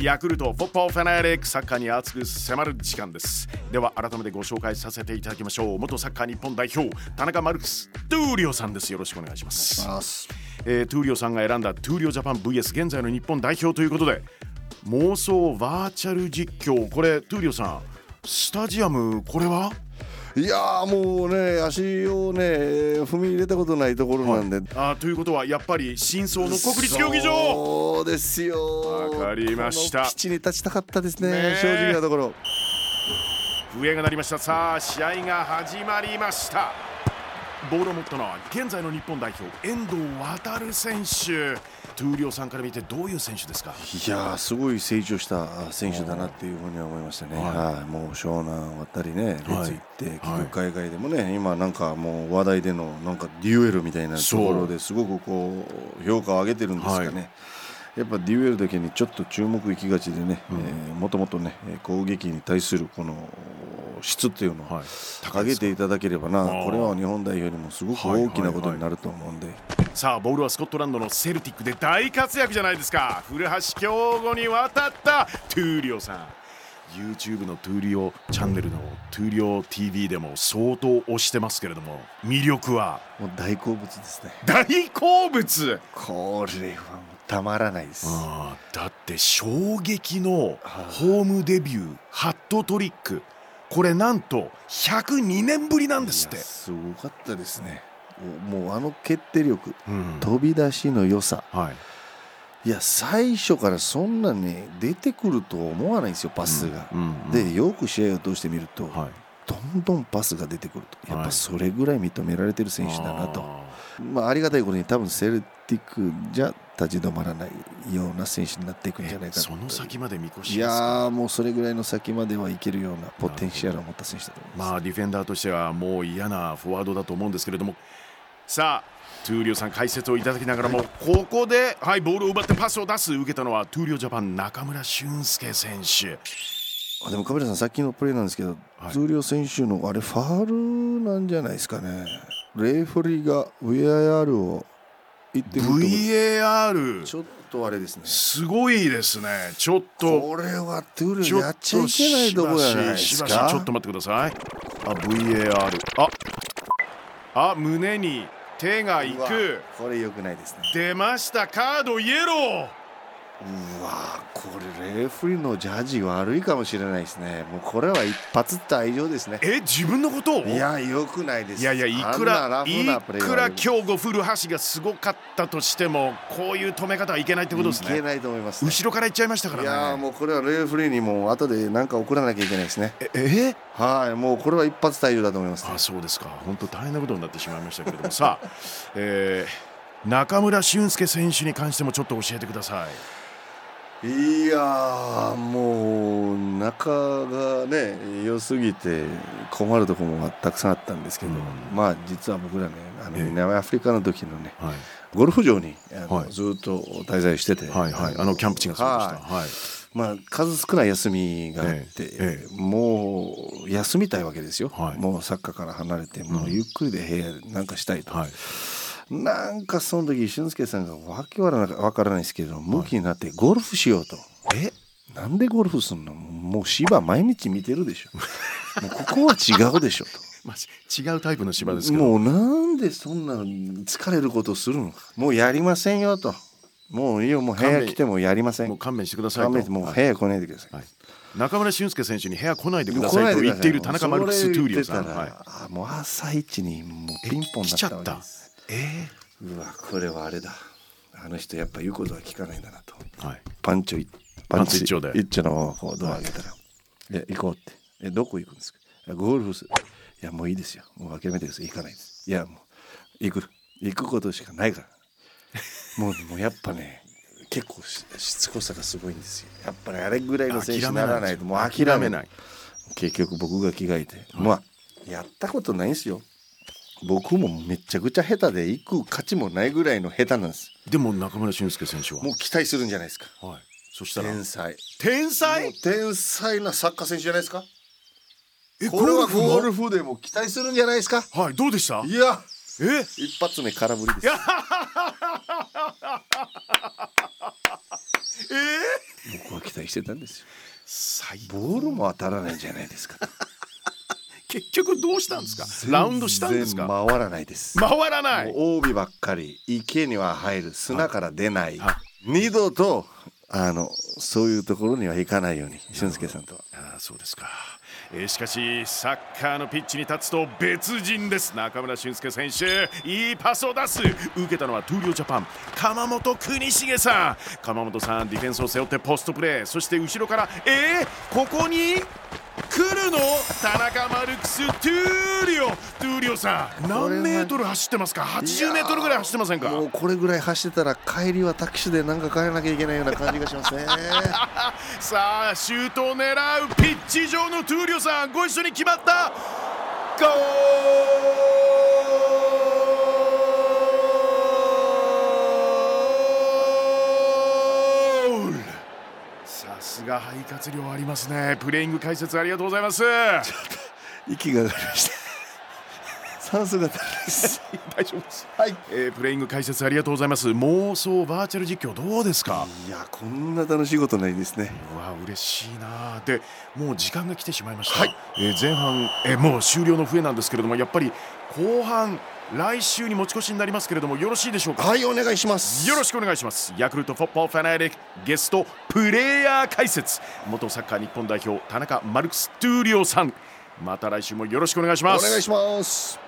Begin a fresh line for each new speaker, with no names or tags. ヤクルト、ポッポフェナーレックサッカーに熱く迫る時間ですでは改めてご紹介させていただきましょう元サッカー日本代表田中マルクス・トゥーリオさんですよろしくお願いします
ます
えートゥーリオさんが選んだトゥーリオジャパン VS 現在の日本代表ということで妄想バーチャル実況これトゥーリオさんスタジアムこれはい
やーもうね足をね踏み入れたことないところなんで、
あーということはやっぱり真相の国立競技場
そうですよ
わかりました
この基地に立ちたかったですね
ねえ
正直なところ
笛が鳴りましたさあ試合が始まりましたボールを持ったのは現在の日本代表遠藤航選手闘量さんから見てどういう選手ですか
いやーすごい成長した選手だなっていうふうには思いましたね、はいもう湘南渡りね、レッズ行って、結局海外でもね、今、なんかもう話題でのなんかデュエルみたいなところですごくこう評価を上げてるんですかね、
は
やっぱデュエルだけにちょっと注目いきがちでね、えーもともとね、えー攻撃に対するこの質っていうのを
はい
上げていただければな、
ー
これは日本代表にもすごく大きなことになると思うんで。
さあボールはスコットランドのセルティックで大活躍じゃないですか古橋強吾に渡ったトゥーリオさん YouTube のトゥーリオチャンネルのトゥーリオ TV でも相当推してますけれども魅力は
もう大好物ですね
大好物
これはもうたまらないです
あーだって衝撃のホームデビューハットトリックこれなんと102年ぶりなんですっ
い
て
や、すごかったですねもうもうあの決定力
うん
飛び出しの良さ
はい、
いや最初からそんなね出てくると思わないんですよパスが、
うんうん
でよく試合を通してみると、
はい、
どんどんパスが出てくるとやっ
は
ぱ
い
それぐらい認められてる選手だなと、
あ
まあ、ありがたいことに多分セルティックじゃ立ち止まらないような選手になっていくんじゃない
ー
かなと
その先まで見越し
い
ですか
やーもうそれぐらいの先まではいけるようなポテンシャルを持った選手だと思います、
まあディフェンダーとしてはもう嫌なフォワードだと思うんですけれどもさあトゥーリオさん解説をいただきながらもここで、はい、ボールを奪ってパスを出す受けたのはトゥーリオジャパン中村俊輔選手
あでもカメラさんさっきのプレーなんですけど、
はい
通量選手のあれファールなんじゃないですかねレフェリーが VAR を言ってくるとこ
VAR
ちょっとあれですね
すごいですねちょっと
これはトゥールやっちゃいけないとこじゃないですか
しばししばしちょっと待ってくださいあ VAR ああ胸に手がいう
わ
く
これ良くないですね
出ましたカードイエロー
うわこれレフェリーのジャッジ悪いかもしれないですねもうこれは一発って愛情ですね
え自分のことを
いや良くないです
いやいやいく
あんなラ
ら
フなプレ
い
ーは
くら強豪古橋がすごかったとしてもこういう止め方はいけないってことです
いけ
ね
ないと思いますね
後ろから行っちゃいましたか
いや
ら
ー
ね
もうこれはレフェリーにも後で何か送らなきゃいけないですね
ええ
はい、もうこれは一発退場だと思います、
あそうですか本当大変なことになってしまいましたけれどもさあ、 えー中村俊輔選手に関してもちょっと教えてください
いやー、もう中がね、良すぎて困るところもたくさんあったんですけど、
うん
まあ実は僕らね、あの
ええ
南アフリカの時のね、
はい、
ゴルフ場にあの、
はい
ずーっと滞在してて、
はいはいあのキャンプ地がそうでした
はい
はい
まあ、数少ない休みがあって、
えええ
もう休みたいわけですよ、
はい
もうサッカーから離れて、もうゆっくりで部屋でなんかしたいと。
はい
なんかその時俊介さんがわけわからなわからないですけど向きになってゴルフしようと、えなんでゴルフすんのもう芝毎日見てるでしょもうここは違うでしょ
まあし違うタイプの芝です
と
けど
もうなんでそんな疲れることをするのかもうやりませんよともういいよもう部屋来てもやりません
もう勘弁してくださいと
勘弁してもう部屋来ないでください、
はい中村俊輔選手に部屋来ないで
もう
くだ
来な
さ
で
いと
くだ
言
さ
っている田中マルクス・トゥーリオさん、
それ言
は
ってたらあもう朝一にもうピンポンだ
い、来
っ
ちゃ
た
っ
わけ
た
です
え
うわこれはあれだあの人やっぱ言うことは聞かないんだなと
ーはい、
パンチョい
パンチ一丁で
一丁のままこうドア開けたら「え行こう」って「えどこ行くんですか?いや」ゴルフするいやもういいですよもう諦めてください行かないですいやもう行く行くことしかない からもうもうやっぱね結構ししつこさがすごいんですよやっぱりあれぐらいの選手にならないともう諦めない結局僕が着替えて、まあやったことないんですよ僕もめちゃくちゃ下手で行く価値もないぐらいの下手なんです
でも中村俊輔選手は
もう期待するんじゃないですか
はい、そしたら
天才
天
もう天才なサッカー選手じゃないですか
え
これは
も
ゴルフでも期待するんじゃないですか
はいどうでした
いや
え
一発目空振りです
え
僕は期待してたんですよ
最高
ボールも当たらないんじゃないですか
結局どうしたんですか ラウンドしたんですか
全然回らないです
回らない
もう帯ばっかり池には入る砂から出ない、
は
二度とあのそういうところには行かないように俊介さんとは
ああそうですか、えーしかしサッカーのピッチに立つと別人です中村俊輔選手いいパスを出す受けたのは闘莉王ジャパン鎌本邦重さん鎌本さんディフェンスを背負ってポストプレーそして後ろからえー、ここに来るの田中マルクス闘莉王闘莉王さん何メートル走ってますか80メートルぐらい走ってませんか
もうこれぐらい走ってたら帰りはタクシーでなんか帰らなきゃいけないような感じがしますね
さあシュートを狙うピッチ上の闘莉王さんご一緒に決まったゴールさすが肺活量ありますねプレイング解説ありがとうござい ます
息が上がりました 酸素が足りないです
大丈夫です、
はい
えープレイング解説ありがとうございます妄想バーチャル実況どうですか
いやこんな楽しいことないですね
うわ嬉しいなでもう時間が来てしまいました、えー前半、えーもう終了の笛なんですけれどもやっぱり後半来週に持ち越しになりますけれどもよろしいでしょうか
はいお願いします
よろしくお願いしますヤクルトフォッパーファナリックゲストプレイヤー解説元サッカー日本代表田中マルクス・トゥーリオさんまた来週もよろしくお願いします
お願いします